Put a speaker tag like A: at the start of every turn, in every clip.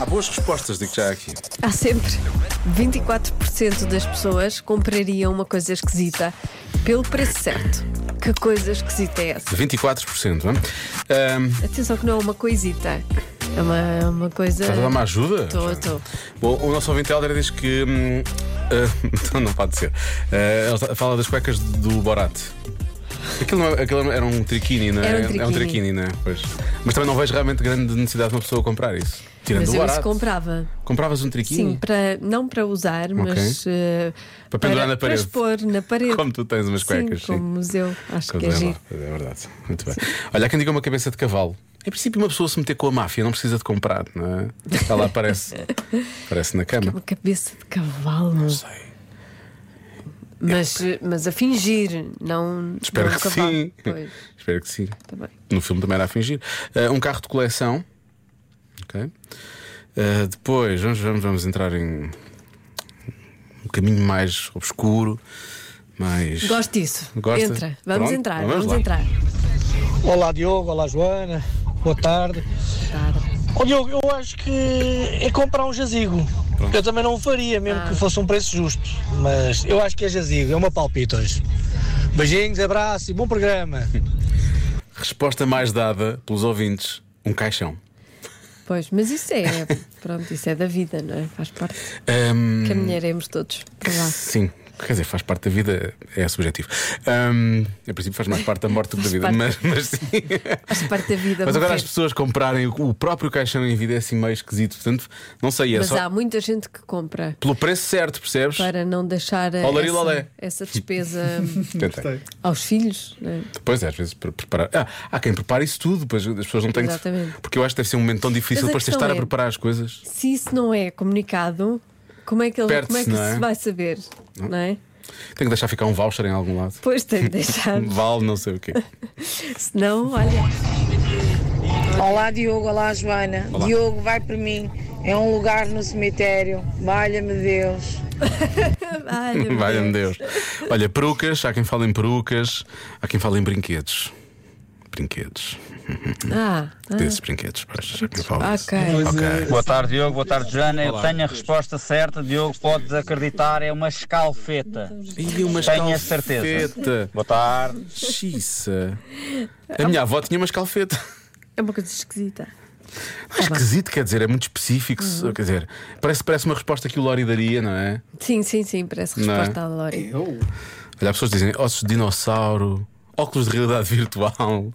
A: Há boas respostas, digo já aqui.
B: Há sempre 24% das pessoas comprariam uma coisa esquisita pelo preço certo. Que coisa esquisita é essa?
A: 24%, não é? Ahm,
B: Atenção que não é uma coisita. É uma, uma coisa.
A: Estás a dar-me ajuda?
B: Estou, estou.
A: Bom, o nosso ouvinte Helder diz que. hum, ah, não, não pode ser. Ah, ele fala das cuecas do Borat. Aquilo, não é- aquilo era um triquini, não é?
B: Era um
A: É um
B: triquini.
A: triquini, não é? Pois. Mas também não vejo realmente grande necessidade de uma pessoa comprar isso. Tirando
B: Mas
A: o
B: eu
A: Borat.
B: isso comprava.
A: Compravas um triquini?
B: Sim, para, não para usar, mas eh,
A: Para pendurar na
B: para
A: parede.
B: expor na parede.
A: Como tu tens umas cuecas,
B: sim,
A: sim.
B: como museu. Acho que é
A: Pois é,
B: giro.
A: lá, pois é verdade. Muito bem. Olha, há quem diga uma cabeça de cavalo. Em princípio, uma pessoa se meter com a máfia não precisa de comprar, não é? Ela aparece, aparece na cama.
B: Uma cabeça de cavalo.
A: sei.
B: Mas, eh, mas a fingir, não.
A: é Espero
B: não
A: que
B: cavalo.
A: sim.
B: Pois,
A: Espero que sim.
B: tá bem.
A: No filme também era a fingir. Ah, um carro de coleção. Ok. Ah, depois, vamos, vamos, vamos entrar em um caminho mais obscuro. Mais.
B: Gosto disso.
A: Gosta?
B: Entra. Vamos
A: Pronto, então
B: entrar,
A: vamos
B: vamos,
A: lá.
B: entrar.
C: Olá Diogo, olá Joana, boa tarde. Ó Diogo, eu acho que é comprar um jazigo. Eu também não o faria, mesmo que fosse um preço justo. Mas eu acho que é jazigo, é uma palpita hoje. Beijinhos, abraço e bom programa.
A: Resposta mais dada pelos ouvintes: um caixão.
B: Pois, mas isso é. Pronto, isso é da vida, não é? Faz parte.
A: Ahm,
B: Caminharemos todos para lá.
A: Sim, quer dizer, faz parte da vida, é subjetivo. Hum, em princípio, faz mais parte da morte do que da
B: Faz
A: vida,
B: parte. um
A: mas, mas sim.
B: Faz parte da vida.
A: Mas agora as
B: morrer.
A: pessoas comprarem o o próprio caixão em vida é assim meio esquisito, portanto, não sei, é
B: Mas
A: só
B: há um muita gente que compra
A: pelo preço certo, percebes?
B: para não deixar eh,
A: Olari,
B: essa,
A: olé.
B: essa despesa
A: Tentei.
B: aos filhos. não é?
A: é. Depois, às vezes, pre- preparar. Ah, há quem prepare isso tudo, pois as pessoas não têm
B: Exatamente.
A: que. Porque eu acho que deve ser um momento tão difícil
B: Mas a
A: para se
B: questão
A: estar a
B: é-
A: preparar as coisas.
B: Se isso não é comunicado, como é que, ele, como é
A: Perde-se,
B: que
A: não é?
B: se vai saber? Não é?
A: Tem que deixar ficar um voucher em algum lado. Um
B: Pois tem de deixar.
A: Vale, não sei o quê.
B: Senão, olha,
D: Olá Diogo, olá Joana.
A: Olá.
D: Diogo, vai por mim. É um lugar no cemitério. Valha-me Deus.
B: olha,
A: Valha-me Deus. Olha, perucas, há quem fala em perucas, há quem fala em brinquedos. Brinquedos.
B: Ah,
A: Desses brinquedos, pois, já quem fala
B: ah,
A: disso.
B: ok.
A: Ok.
E: Boa tarde, Diogo. Boa tarde, Joana. Eu tenho a resposta certa. Diogo, pode desacreditar. É uma escalfeta.
A: E uma
E: Tenho a certeza.
A: escalfeta.
E: Boa tarde.
A: Xiça. A minha avó tinha uma escalfeta.
B: É uma coisa esquisita.
A: Esquisito, quer dizer, é muito específico. se- Quer dizer, parece, parece uma resposta que o Lori daria, não é?
B: Sim, sim, sim, parece
A: Não é?
B: resposta à Lori.
A: Olha, as pessoas dizem ossos de dinossauro, óculos de realidade virtual.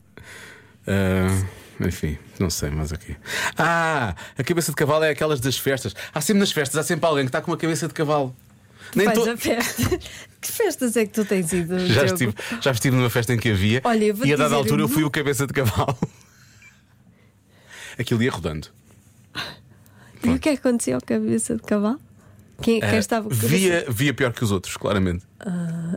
A: Ah, enfim, não sei mais o quê. Ah, a cabeça de cavalo é aquelas das festas. Há sempre nas festas, há sempre alguém que está com uma cabeça de cavalo. Nem
B: Vais
A: to-
B: a festa. que festas é que tu tens ido?
A: Já
B: Diogo?
A: estive, já estive numa festa em que havia
B: Olha, eu vou-te
A: e a dada
B: dizer,
A: altura
B: eu
A: eu fui
B: nu-
A: o cabeça de cavalo. Aquilo ia rodando.
B: E o que é que acontecia ao cabeça de cavalo? Quem, quem
A: Ah,
B: estava com a cabeça-
A: via, via pior que os outros, claramente.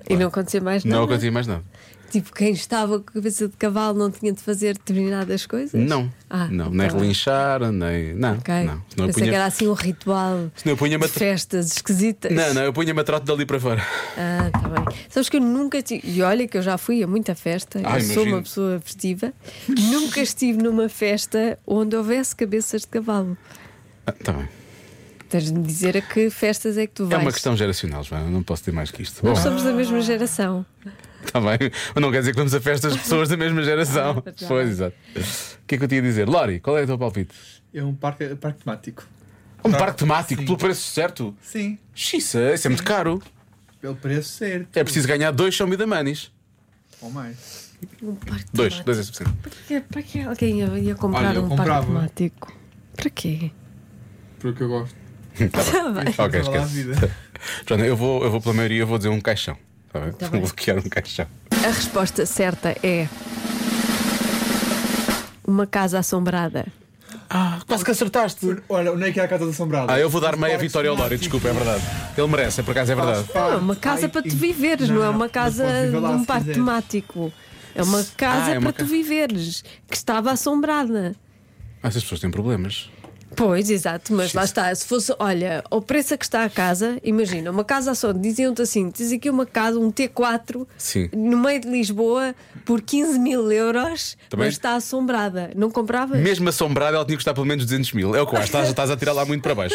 B: E não acontecia mais nada.
A: não é acontecia mais nada.
B: Tipo, quem estava com a cabeça de cavalo não tinha de fazer determinadas coisas?
A: Não.
B: Ah,
A: não nem
B: tá bem.
A: relinchar, nem. Não.
B: Ok.
A: não. Senão eu
B: Pensei
A: punha-
B: que era assim um ritual
A: Senão eu punha-me
B: de
A: a tra-
B: festas esquisitas.
A: Não, não, eu punha-me a trote dali para fora.
B: Ah, tá bem. Sabes que eu nunca tive. E olha que eu já fui a muita festa, eu
A: Ah,
B: sou
A: imagino.
B: uma pessoa festiva. nunca estive numa festa onde houvesse cabeças de cavalo.
A: Ah, tá bem.
B: Tens de me dizer a que festas é que tu
A: É
B: vais.
A: uma questão geracional, Joana, não posso ter mais que isto. Bom,
B: Nós somos da mesma geração.
A: está bem, mas não quer dizer que vamos a festas de pessoas da mesma geração.
B: Ah, já.
A: pois, exato. O que é que eu tinha a dizer? Lori, qual é o teu palpite?
F: É um parque, parque temático.
A: Um
F: Tá.
A: parque temático,
F: Sim.
A: pelo preço certo?
F: Sim,
A: Xiça, isso é muito caro.
F: pelo preço certo.
A: É preciso ganhar dois show me the manis.
F: Ou mais.
B: Um parque
A: Dois,
B: temático.
A: dois é suficiente.
B: Para que, para que alguém ia, ia comprar
F: Olha, eu
B: um
F: comprava.
B: parque temático? Para quê?
F: Porque eu gosto.
B: Tá bem.
A: Ok,
F: Para lá a
A: esquece.
F: vida.
A: Joana, eu vou, eu vou pela maioria, eu vou dizer um caixão. Tá bem?
B: Tá
A: vou
B: bem.
A: bloquear um caixão.
B: A resposta certa é. Uma casa assombrada.
A: Ah, quase que acertaste.
F: Olha, onde é que é a Casa da Assombrada?
A: Ah, eu vou dar
F: Os
A: meia
F: parques
A: vitória ao Lori,
F: temáticos.
A: desculpa, é verdade. Ele merece, é por acaso é verdade.
F: Faz parte.
B: É uma casa
F: Ah, Ai,
B: para tu
F: e-
B: viveres, não, é uma
F: mas
B: casa
F: podes viver lá
B: de um
F: se
B: parque
F: quiseres. Ah,
B: temático. É uma casa
A: é uma
B: para
A: ca-
B: tu viveres, que estava assombrada.
A: Ah, Essas pessoas têm problemas.
B: Pois, exato, mas lá está. Se fosse, olha, ao preço a que está a casa, imagina, uma casa só, diziam-te assim: tens aqui uma casa, um T4,
A: Sim.
B: no meio de Lisboa, por 15 mil euros,
A: Também-
B: mas está assombrada. Não compravas?
A: Mesmo assombrada, ela tinha que custar pelo menos 200 mil. É o que eu acho, estás, estás a tirar lá muito para baixo.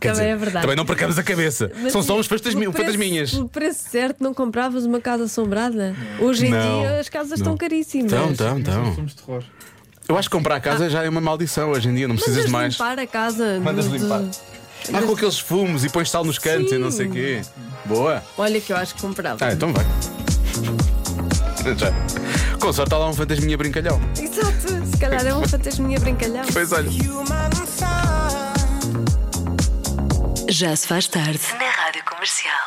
A: Quer
B: Também é verdade.
A: Também não percamos a cabeça.
B: Mas
A: São só uns
B: pelo
A: fantasminhas.
B: preço- pelo preço certo, não compravas uma casa assombrada? Hoje em
A: Não.
B: dia as casas
A: Não. Então,
B: estão caríssimas.
A: Estão, estão,
F: Nós
B: é
A: estão.
F: somos de terror.
A: Eu acho que comprar a
B: Ah.
A: casa já é uma maldição hoje em dia, não precisas
B: Mandas
A: de mais.
B: limpar a casa.
A: Mandas
B: do- do-
A: limpar. Ah, com aqueles fumos e pões sal nos cantos e não sei o quê. Boa.
B: Olha que eu acho que comprava.
A: Ah, então vai. Já. Com sorte está lá um fantasminha brincalhão.
B: Exato, se calhar é um fantasminha brincalhão.
A: Pois é. olha.
G: Já se faz tarde. Na Rádio Comercial.